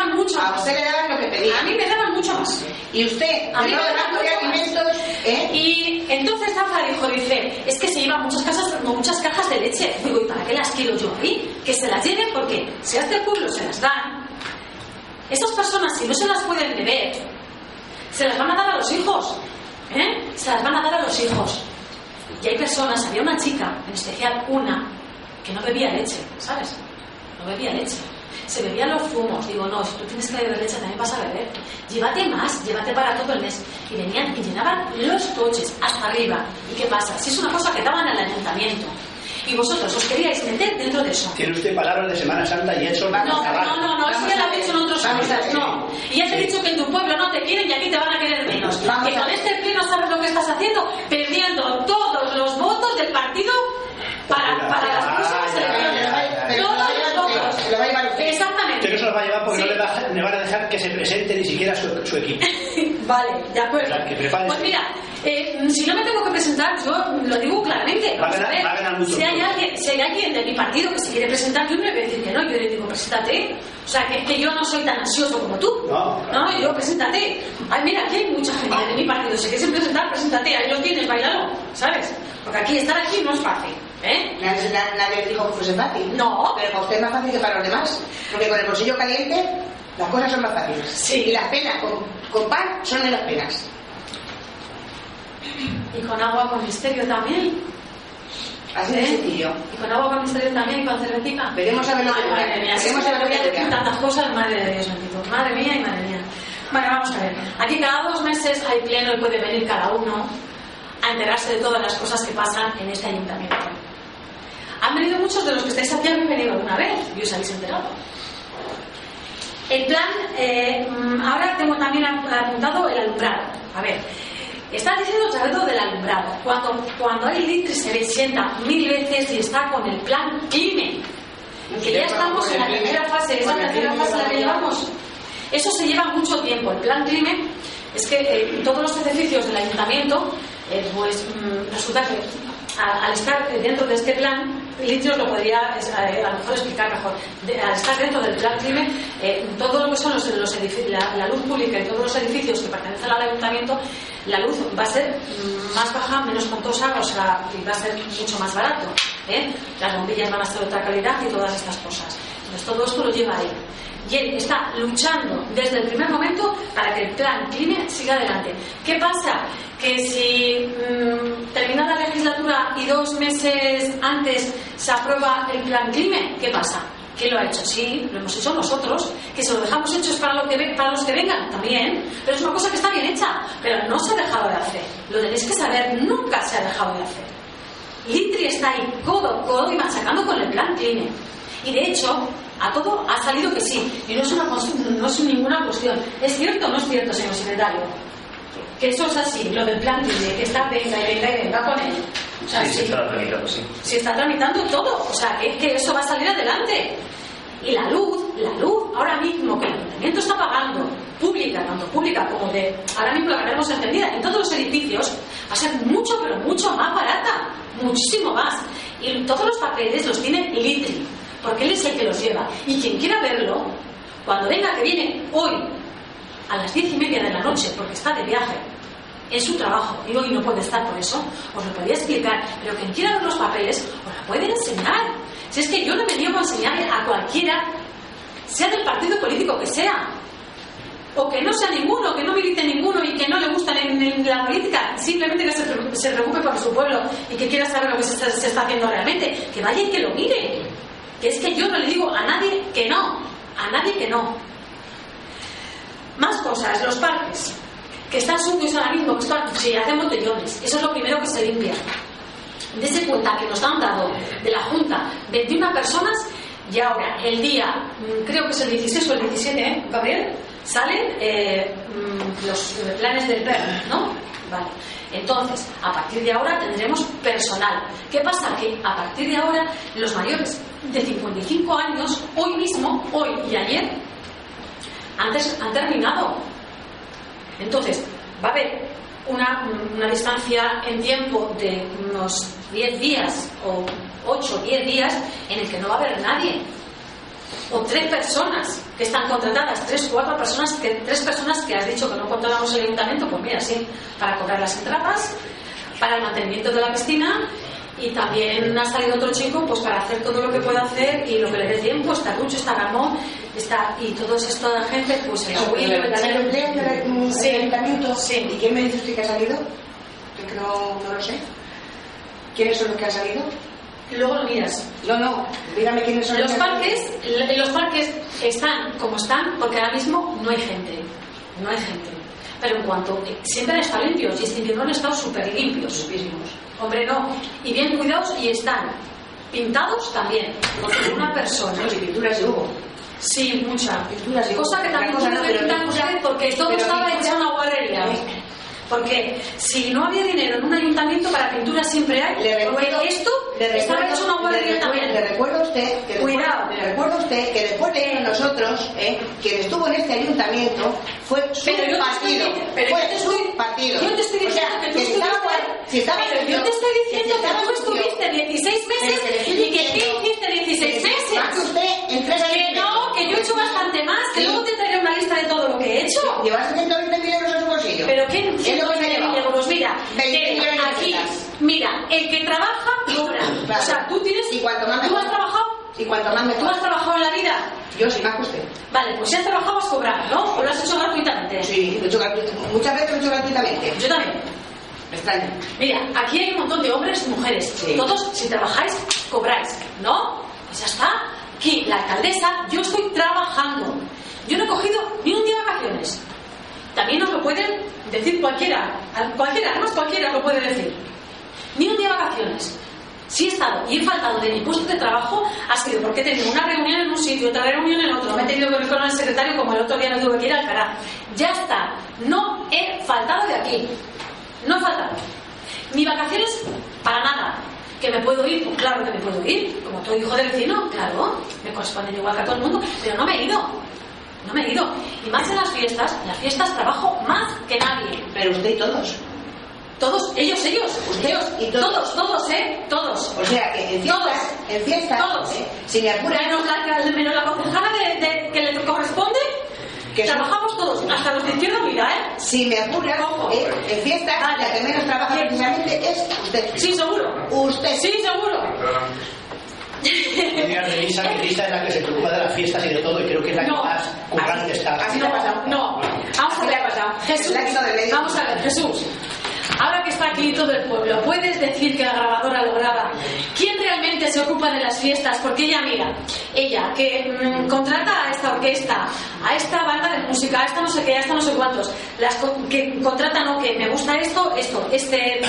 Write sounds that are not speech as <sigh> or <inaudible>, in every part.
usted le daban lo que pedía. ¿eh? A mí me daban mucho más. Y usted, A mí de me no daban de mucho más. alimentos, ¿eh? Y entonces Rafa dijo, dice, es que se lleva muchas casas, muchas cajas de leche. Digo, ¿y para qué las quiero yo ahí? Que se las lleven porque si hace el pueblo se las dan. Esas personas, si no se las pueden beber, se las van a dar a los hijos. ¿eh? Se las van a dar a los hijos. Y hay personas, había una chica, en especial una, que no bebía leche, ¿sabes? No bebía leche. Se bebían los zumos. Digo, no, si tú tienes que beber leche también vas a beber. Llévate más, llévate para todo el mes. Y venían y llenaban los coches hasta arriba. ¿Y qué pasa? Si es una cosa que daban al ayuntamiento. Y vosotros os queríais meter dentro de eso. Tiene usted palabras de Semana Santa y eso No, va a acabar. no, no, no, eso Vamos ya lo a has ver. dicho en otros Vamos a ámbitos, ver. no. Y ya te he dicho que en tu pueblo no te quieren y aquí te van a querer menos. Vamos que a con ver. este pleno sabes lo que estás haciendo, perdiendo todos los votos del partido para, Popular. para las Ah, próximas ya, elecciones. ya, ya. Todos los Se lo va a llevar, votos. se lo va a llevar usted. Exactamente. Que no se los va a llevar porque Sí. no le, va- le van a dejar que se presente ni siquiera su, su equipo. Vale, de acuerdo. Verdad, que prepárese. Pues mira, eh, si no me tengo que presentar, yo lo digo claramente. Va a Vamos ganar- ver, va a ganar mucho si, hay votos. alguien, si hay alguien de mi partido que se quiere presentar, yo no le voy a decir que no, yo le digo, preséntate. O sea, que es que yo no soy tan ansioso como tú. No, claro. no yo, preséntate. Ay, mira, aquí hay mucha gente de mi partido. Si quieres presentar, preséntate. Ahí lo tienes, bailalo, ¿sabes? Porque aquí estar aquí no es fácil, ¿eh? Nadie, na- nadie dijo que fuese fácil. No. Pero para usted es más fácil que para los demás. Porque con el bolsillo caliente las cosas son más fáciles. Sí. Y las penas con, con pan son menos penas. Y con agua con misterio también. Así de ¿Eh? sencillo. Y con agua con misterio también y con cervecita. Veremos a ver lo que Ay, dura. madre mía, si Veremos es a ver lo voy que a decir dura. tantas cosas, madre de Dios bendito. Madre mía y madre mía. Vale, vamos a ver. Aquí cada dos meses hay pleno y puede venir cada uno a enterarse de todas las cosas que pasan en este ayuntamiento. Han venido muchos de los que estáis aquí, habéis venido alguna vez y os habéis enterado. El plan, eh, mm, ahora tengo también ap- apuntado el alumbrado. A ver, está diciendo Chavedo del alumbrado. Cuando, cuando hay litre se le sienta mil veces y está con el plan PYME, que ya estamos en la primera fase, esa tercera fase la que llevamos. Eso se lleva mucho tiempo. El plan CLIME es que eh, todos los edificios del ayuntamiento, eh, pues mm, resulta que a- al estar dentro de este plan, Litios lo podría es, eh, a lo mejor explicar mejor. De- al estar dentro del plan CLIME, eh, todo lo que son los, los edifi- la, la luz pública y todos los edificios que pertenecen al ayuntamiento, la luz va a ser mm, más baja, menos costosa, o sea, y va a ser mucho más barato. ¿eh? Las bombillas van a ser de otra calidad y todas estas cosas. Entonces todo esto lo lleva ahí. Y él está luchando desde el primer momento para que el plan CLIME siga adelante. ¿Qué pasa? Que si mm, termina la legislatura y dos meses antes se aprueba el plan CLIME, ¿qué pasa? ¿Quién lo ha hecho? Sí, lo hemos hecho nosotros, que se lo dejamos hecho es para, lo que ve- para los que vengan también, pero es una cosa que está bien hecha, pero no se ha dejado de hacer. Lo tenéis que saber, nunca se ha dejado de hacer. Litri está ahí codo a codo y machacando con el plan Kline. Y de hecho, a todo ha salido que sí. Y no es, una, cons- no es ninguna cuestión. ¿Es cierto o no es cierto, señor secretario? Que eso es así, lo del plan Kline, que está venga y venga y venga con él. <laughs> O sea, Sí, se sí. está tramitando, <laughs> pues sí. Se está tramitando todo, o sea, que, que eso va a salir adelante. Y la luz, la luz, ahora mismo que el ayuntamiento está pagando, pública, tanto pública como de, ahora mismo la tenemos entendida, en todos los edificios, va a ser mucho, pero mucho más barata, muchísimo más. Y todos los papeles los tiene Litri, porque él es el que los lleva. Y quien quiera verlo, cuando venga, que viene hoy, a las diez y media de la noche, porque está de viaje, es su trabajo y hoy no puede estar por eso, os lo podía explicar, pero quien quiera ver los papeles os lo puede enseñar. Si es que yo no me niego a enseñarle a cualquiera, sea del partido político que sea, o que no sea ninguno, que no milite ninguno y que no le gusta ni- ni la política, simplemente que se, pre- se preocupe por su pueblo y que quiera saber lo que se está, se está haciendo realmente, que vaya y que lo mire. Que es que yo no le digo a nadie que no, a nadie que no. Más cosas, los parques, que están sucios ahora mismo, que están, se hacen botellones, eso es lo primero que se limpia. Dese cuenta que nos han dado de la Junta 21 personas y ahora el día, mm, creo que es el 16 o el 17, ¿eh, Gabriel? Salen eh, mm, los eh, planes del PER, ¿no? Vale. Entonces, a partir de ahora tendremos personal. ¿Qué pasa? Que a partir de ahora los mayores de 55 años, hoy mismo, hoy y ayer, antes han terminado. Entonces, va a haber una, una distancia en tiempo de unos 10 días o 8 o 10 días en el que no va a haber nadie. o tres personas que están contratadas, tres, cuatro personas, que, tres personas que has dicho que no contábamos el ayuntamiento, pues mira, sí, para cobrar las entradas, para el mantenimiento de la piscina y también ha salido otro chico pues para hacer todo lo que pueda hacer y lo que le dé tiempo, está Lucho, está Ramón, está y todo esto de la gente, pues el Eso, abuelo, el ¿sale abuelo. usted del- del Sí. ayuntamiento? Sí. ¿Y quién me dice usted que ha salido? Yo que no, no lo sé. ¿Quiénes son los que han salido? Luego lo miras. No, no, dígame quiénes son Los que han salido. parques, l- los parques están como están porque ahora mismo no hay gente, no hay gente. Pero en cuanto eh, siempre han estado limpios y este invierno han estado súper limpios. Hombre, no. Y bien cuidados y están pintados también por una persona. No, si pinturas sí hubo. Sí, mucha. Pinturas sí hubo. Cosa que Otra también cosa tuve no, que pero quitar pintura- usted porque todo pero estaba pintura- hecho una guarrería. Porque si no había dinero en un ayuntamiento para pintura siempre hay, Le porque recuerdo, esto le estaba recuerdo- hecho una le guarrería recuerdo- también. Le recuerdo a usted que después, Cuidado. le recuerdo a usted que después de nosotros, eh, quien estuvo en este ayuntamiento fue su Pero yo te partido. estoy- pero yo fue te su estoy- partido. Yo te estoy o diciendo sea, que tú si estaba estuviste- guar- si estaba pero yo sucio, te estoy diciendo si que, estaba tú sucio, estuviste 16 meses Pero que le estoy y que diciendo- qué hiciste 16 meses. Más que usted en tres años. Que no, que yo he hecho bastante más, que Sí. luego te traeré una lista de todo lo que he hecho. Llevaste 120 mil euros en su bolsillo. Pero qué es lo que se ha llevado. euros, Pues mira, 20 que millones de aquí, pesetas. mira, el que trabaja cobra. Claro. O sea, tú tienes, Y cuanto más tú mejor. has trabajado, Y cuanto más tú mejor. has trabajado en la vida. Yo sí, más que usted. Vale, pues si has trabajado has cobrado, ¿no? O lo has hecho gratuitamente. Sí, lo he hecho gratuito. Muchas veces lo he hecho gratuitamente. Yo también. Me extraña. Mira, aquí hay un montón de hombres y mujeres. Sí. Todos, si trabajáis, cobráis. ¿No? Pues ya está. Aquí, la alcaldesa, yo estoy trabajando. Yo no he cogido ni un día de vacaciones. También nos lo pueden decir cualquiera. Al- Cualquiera, además cualquiera lo puede decir. Ni un día de vacaciones. Si he estado y he faltado de mi puesto de trabajo, ha sido porque he tenido una reunión en un sitio, otra reunión en otro, me he tenido que ver con el secretario como el otro día me tuve que ir al Alcaraz. Ya está, no he faltado de aquí. No he faltado. Ni vacaciones para nada. ¿Que me puedo ir? Pues claro que me puedo ir. Como todo hijo de vecino, claro. Me corresponde igual que a todo el mundo. Pero no me he ido. No me he ido. Y más en las fiestas. En las fiestas trabajo más que nadie. Pero usted y todos. Todos, ellos, ellos. Ustedes ellos. y todos. Todos, todos, ¿eh? Todos. O sea, que en fiestas, en fiestas, Todos. eh, si me apuran, Menos la, que- menos la concejala de- de- que le corresponde. Que son- Trabajamos todos. Hasta los de izquierda, mira, ¿eh? si me apuran, Ojo. eh, en fiestas, Vale. la que menos trabaja Bien. precisamente es usted. Sí, seguro. Usted. Sí, seguro. Mira, Elisa, que Elisa es la que se preocupa de las fiestas y de todo, y creo que es la que No. más currante está. Así no, le ha pasado. no. Vamos a Así le ver, ha pasado. Jesús, Le ha quitado de medio. vamos a ver, Jesús. Ahora que está aquí todo el pueblo, ¿puedes decir que la grabadora lo graba? ¿Quién realmente se ocupa de las fiestas? Porque ella, mira, ella que mm, contrata a esta orquesta, a esta banda de música, a esta no sé qué, a esta no sé cuántos, las co- que contratan o que me gusta esto, esto, este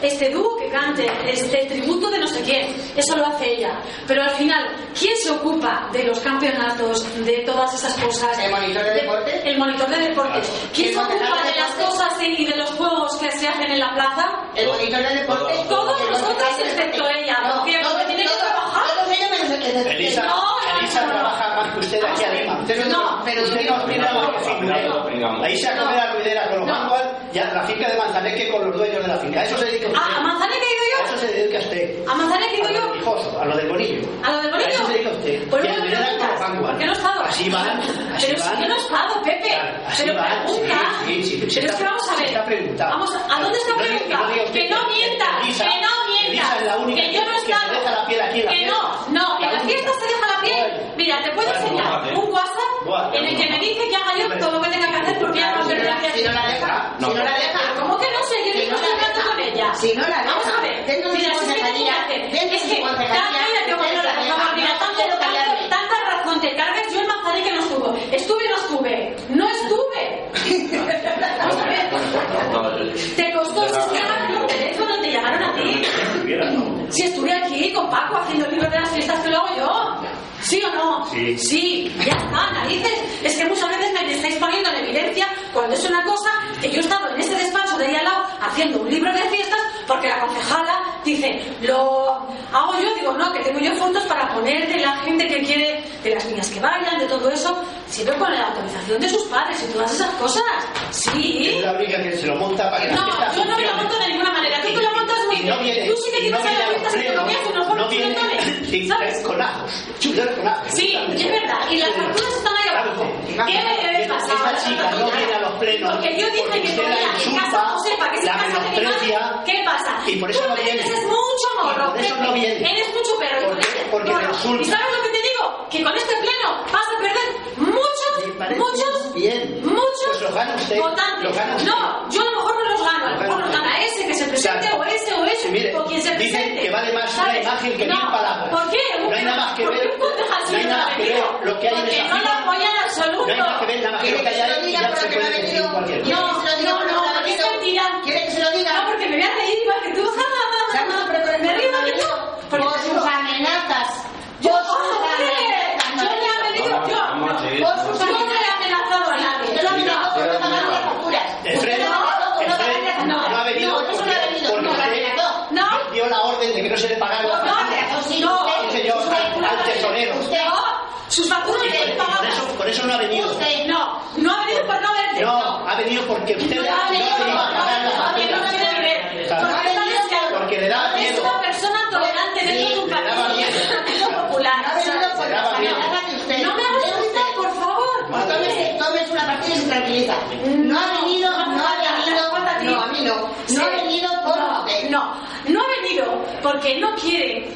este dúo que cante, este tributo de no sé quién, eso lo hace ella. Pero al final, ¿quién se ocupa de los campeonatos, de todas esas cosas? ¿El monitor de deportes? El monitor de deportes. ¿Quién ¿El se ocupa monitor de de las deportes? cosas y de los juegos que se hacen en la plaza? El monitor del deporte. Todos el nosotros, monitor del excepto deporte. ella, No, porque todos- tiene que todos- trabajar. Todos ellos menos el- el- el- Elisa, No, no, Elisa no. trabaja más que usted aquí arriba. Usted No, pero usted no, no tiene no, algo no, que no, figurar. no. Ahí se No. come la ruidera con lo No. cual, ya la finca de Manzaneque con los dueños de la finca. A eso se dedica usted. Ah, ¿A Manzana he A ido eso se dedica usted. yo? ¿A Manzana he ido A lo yo? del hijoso, a lo del bolillo. ¿A lo del A eso se bolillo? dedica usted. Pues Y no me en general preguntas, con Juan Juan. ¿por qué no he estado? Así van, así Pero si van. yo no he estado, Pepe. Claro, así Pero van, pregunta. sí, sí, sí, se Pero es está- que vamos a se ver. está preguntando. Vamos a, ¿a dónde está No la diga- pregunta? no diga usted que no que- mienta, que Elisa- que no mienta. Elisa es la única que yo no he que se estado. deja la piel aquí en la que no, fiesta. no, en La las única. fiestas se deja la piel. Bueno. Mira, te puedo Bueno, enseñar guau, eh. un WhatsApp Guau, en el que guau. me dice que haga yo todo lo que tenga que hacer porque ya no va a Si perder la no- si no fiesta. la deja, No. si no la deja. ¿Cómo que no sé? Yo Si digo, no la estoy hablando deja. con ella. Si no la Vamos deja. a ver. Dentro de Mira, si tengo su que consejería, hacer. dentro de Es su que consejería, tanta- Cállate, usted Manolo, la por deja. favor, mira, No, tanto- usted lo que le ha tanto- dicho. tanta razón te cargas. Yo en Manzanares que no estuvo. Estuve y no estuve. No <laughs> estuve. Vamos a ver. Te costó sistema el teléfono, te llamaron a ti. Si estuve aquí con Paco haciendo el libro de las fiestas que lo hago yo. ¿Sí o no? Sí. ya está, narices. Es que muchas veces me estáis poniendo en evidencia cuando es una cosa que yo he estado en ese despacho de ahí al lado haciendo un libro de fiestas porque la concejala dice, lo hago yo, digo, no, que tengo yo fotos para poner de la gente que quiere, de las niñas que bailan, de todo eso, siempre con la autorización de sus padres y todas esas cosas. Sí. Es la única que se lo monta para que la No, fiesta yo no me lo funcione. monto de ninguna manera. Tú te lo montas muy que no viene, tú sí que y no tienes viene herramientas con económicas y a lo frenos, mejor no tú viene sabes, <laughs> sin ¿sabes? con ajos, chuletas con ajos. Sí, es verdad. Y las facturas están ahí abajo. ¿Qué me debes pasar? Esa chica no viene a los plenos. Porque yo dije porque que usted la comía en insulta, casa no sepa que si la casa menosprecia, animal, ¿qué pasa? y por eso Tú no me viene. dices, es mucho morro. Y por eso no viene. Eres mucho perro. ¿Por qué? Porque Morro. te insulta. ¿Y sabes lo que te digo? Que con este pleno vas a perder Me muchos, parece muchos, bien. muchos Pues los gana usted, votantes. los gana usted. No, yo a lo mejor no los gano. A lo Los mejor gana los usted. gana ese que se Claro. presente o ese o ese Sí, mire, o quien se dicen presente. que vale más una ¿Sabes? imagen que No. mil palabras. ¿Por qué? No hay nada más que ¿Por qué ver- un conde así no hay nada más que ver lo que hay en Porque esa no lo fila. apoyan en absoluto. No hay nada que ver, nada más que lo que hay ahí y ya se puede decir cualquier cosa. No, no, no, porque es mentira. ¿Quiere que se lo diga? No, porque me voy a reír igual que tú. Ja, ja, ja, ¿Sabes ja, lo que ja. propone Me río el igual que tú. Por Porque sus amenazas. yo, Por sus hombre, Oh, yo amenazas. le he amenazado, yo, Vamos, no. sí. Yo no le he amenazado a Usted lo nadie. amenazó por no pagar las facturas. El Usted freno, lo amenazó por el no pagar las freno no facturas. ha venido No, eso no ha venido. porque No, lo usted amenazó. No. dio la orden de que no se le pagara la No, factura. no, sí, No, usted, señor, usted, al tesorero. Usted, No, sus facturas Sí, no están Por pagadas. eso, por eso no ha venido. usted, no. No, no ha venido por no verte. No, ha venido porque usted No no ha venido se por iba a pagar la no factura. verte, no quiere ver. Claro. Porque sabes que Porque le daba Es miedo. una persona tolerante dentro de un le daba partido. miedo. Es un partido popular. No ha venido por Se las daba miedo. amenazas de usted. No me hagas De usted. insultar, por favor. Pues tómese, tómese una partida y se tranquiliza. No ha venido, no ha venido, no, a mí no. No ha venido por no, usted. no, no ha venido porque no quiere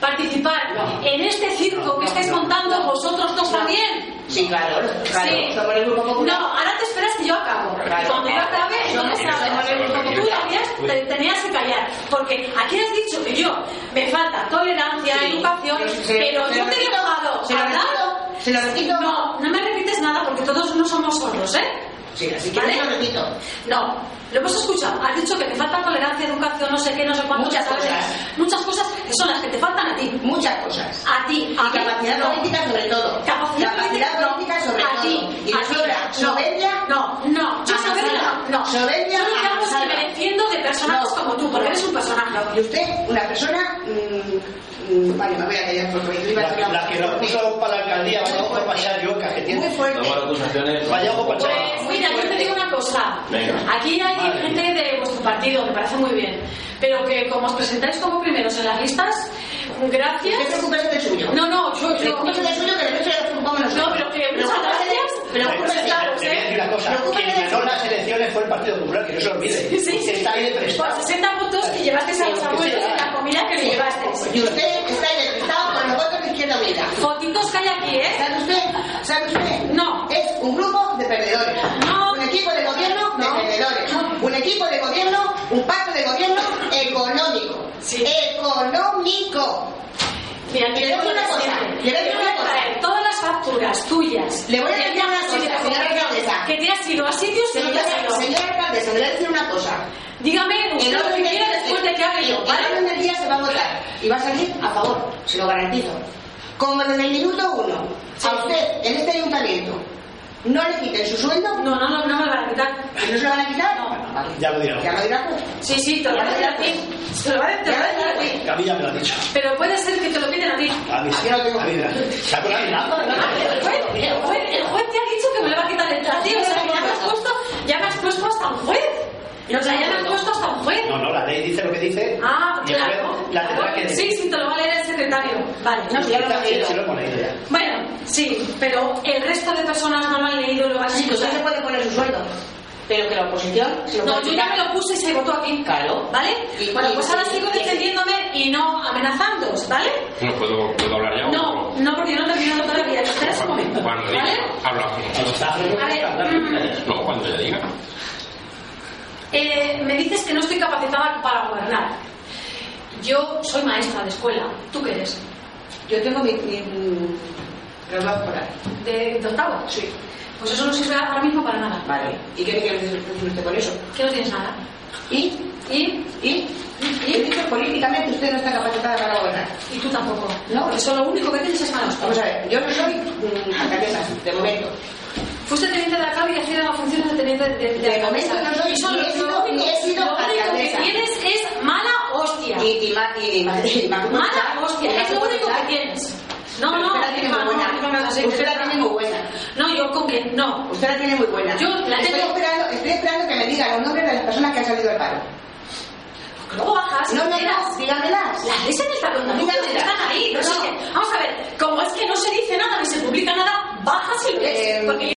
participar en este circo que estáis montando vosotros dos también. Sí, claro, claro. Sí. Somos el grupo No, popular. ahora te esperas que yo acabo. Claro. Y cuando yo acabe, entonces Yo- hablas. Porque tú tenías, te- tenías que callar. Porque aquí has dicho que yo me falta tolerancia, Sí. educación, Se- pero se yo lo te he repito, dejado Se lo hablar. repito, se lo repito. No, no me repites nada porque todos no somos solos, ¿eh? Sí, así que ¿Vale? se lo repito. No, lo hemos escuchado. Has dicho que te falta tolerancia, educación, no sé qué, no sé cuánto. Muchas ¿sabes? cosas. Muchas cosas que son las que te faltan a ti. Muchas cosas. A ti. A Y capacidad no. política sobre todo. Capacidad política, no. política sobre a todo. ti. Y a nos ti. sobra No. soberbia. No, no. Yo a soberbia. mansalva. No. Soberbia Yo a digamos que mansalva. me defiendo de personajes No. como tú, porque eres un personaje. Y usted, una persona. mm, mm, vale, me voy a callar porque yo iba a hacer La, una- la que nos puso para la alcaldía, vaya ojo para allá, yo, Muy cajetín. fuerte. Luego las acusaciones. Vaya ojo para allá. Pues mira, yo te digo una cosa. Venga. Aquí hay Madre gente de vuestro partido, me parece muy bien. Pero que como os presentáis como primeros en las listas, gracias. Usted preocúpese del suyo. No, no, yo, yo. Preocúpese del suyo que de nuestro nos preocupamos nosotros. No, pero que muchas Preocúpese de- gracias. preocúpese de- Claro, ¿eh? Te voy a decir pues, eh, una cosa, Preocúpate quien de- ganó las elecciones fue el Partido Popular, que no se lo olvide. Sí, sí. Pues, Usted Está ahí de Por prestado. 60 puntos que llevasteis a los abuelos en la comida que le Pues llevasteis. Y usted está identificado con los votos de Izquierda Unida. Fotitos que hay aquí, ¿eh? ¿Sabe usted? ¿Sabe usted? No. Es un grupo de perdedores. No. Un equipo de gobierno de No. perdedores. No. Un equipo de gobierno, un pacto de gobierno económico. Sí. Económico. Mira, Le digo una cosa, le voy a decir voy una a cosa. traer todas las facturas tuyas. Le voy a que decir te una has cosa, ido a señora comer, alcaldesa. Que te has ido a sitios que no te Señora, has ido. señora alcaldesa, le voy a decir una cosa. Dígame El usted lo que orden del quiera día- después de que hable yo, El orden ¿vale? del día se va a votar y va a salir a favor, se lo garantizo. Como en el minuto uno, Sí. a usted en este ayuntamiento no le quiten su sueldo, No, no, no, no me van a quitar. ¿que no se lo van a quitar, No. Vale. Ya lo dirá. Ya lo dirá tú. Sí, sí, te lo van a quitar a ti. Te lo van a te lo van a quitar a ti. A mí ya me lo ha dicho. Pero puede ser que te lo quiten a ti. A mí sí. Yo no tengo- A mí me- ¿Sabe una amenaza? El juez, el juez- el juez te ha dicho que me lo va a quitar el tío. O sea, que ya me has puesto, ya me has puesto hasta un juez. O sea, ya me has puesto hasta un juez. No, no, la ley dice lo que dice. Ah, y el juez claro. La tendrá que Sí, decir. sí, te lo va a leer el secretario. Vale. No, sí, ya lo Está hemos bien, leído. se lo hemos leído ya. Bueno, sí, pero el resto de personas no lo han leído lo han Sí, que usted se escuchado. puede poner su sueldo, pero que la oposición se lo No, puede yo ya me quitar. lo puse y se votó aquí. Claro. ¿Vale? Y- bueno, pues y- ahora y- sigo y- defendiéndome y no amenazándoos, ¿vale? Bueno, ¿puedo, ¿Puedo hablar ya? o No, no, porque yo no he terminado todavía. Esperas un momento. Cuando diga, ¿Vale? habla. A ver, mm, No, cuando ya diga. eh, me dices que no estoy capacitada para gobernar. Yo soy maestra de escuela. ¿Tú qué eres? Yo tengo mi, mi, mi reloj por ahí. ¿De, de octavo? Sí. Pues eso no sirve ahora mismo para nada. Vale. ¿Y qué me quiere decir usted con eso? Que no tienes nada. ¿Y? ¿Y? ¿Y? ¿Y? He dicho políticamente usted no está capacitada para gobernar. Y tú tampoco. No. Porque eso lo único que tienes es manos. Vamos a ver, yo no soy mm, alcaldesa, de momento. Fuiste teniente de alcalde y hacía las funciones de teniente de, de, De alcaldesa. momento no soy, Y solo ni he lo sido- único- ni he sido lo único alcaldesa. que tienes es mala hostia. Y, y, ma- y, ma- y ma- Mala hostia, es lo único que tienes. No, no, Usted la tiene no, muy no, buena. no, no, no, no, Usted la tiene muy buena. No, yo con que no. Usted la tiene muy buena. Yo la estoy, tengo- esperando, estoy esperando que me diga los nombres de las personas que han salido del paro. Luego bajas y No, no, miras. no, dígamelas. Las leyes del Mira, parlamento mira. están ahí, no No. sé qué. Vamos a ver, como es que no se dice nada ni se publica nada, bajas y lo lees. Eh, porque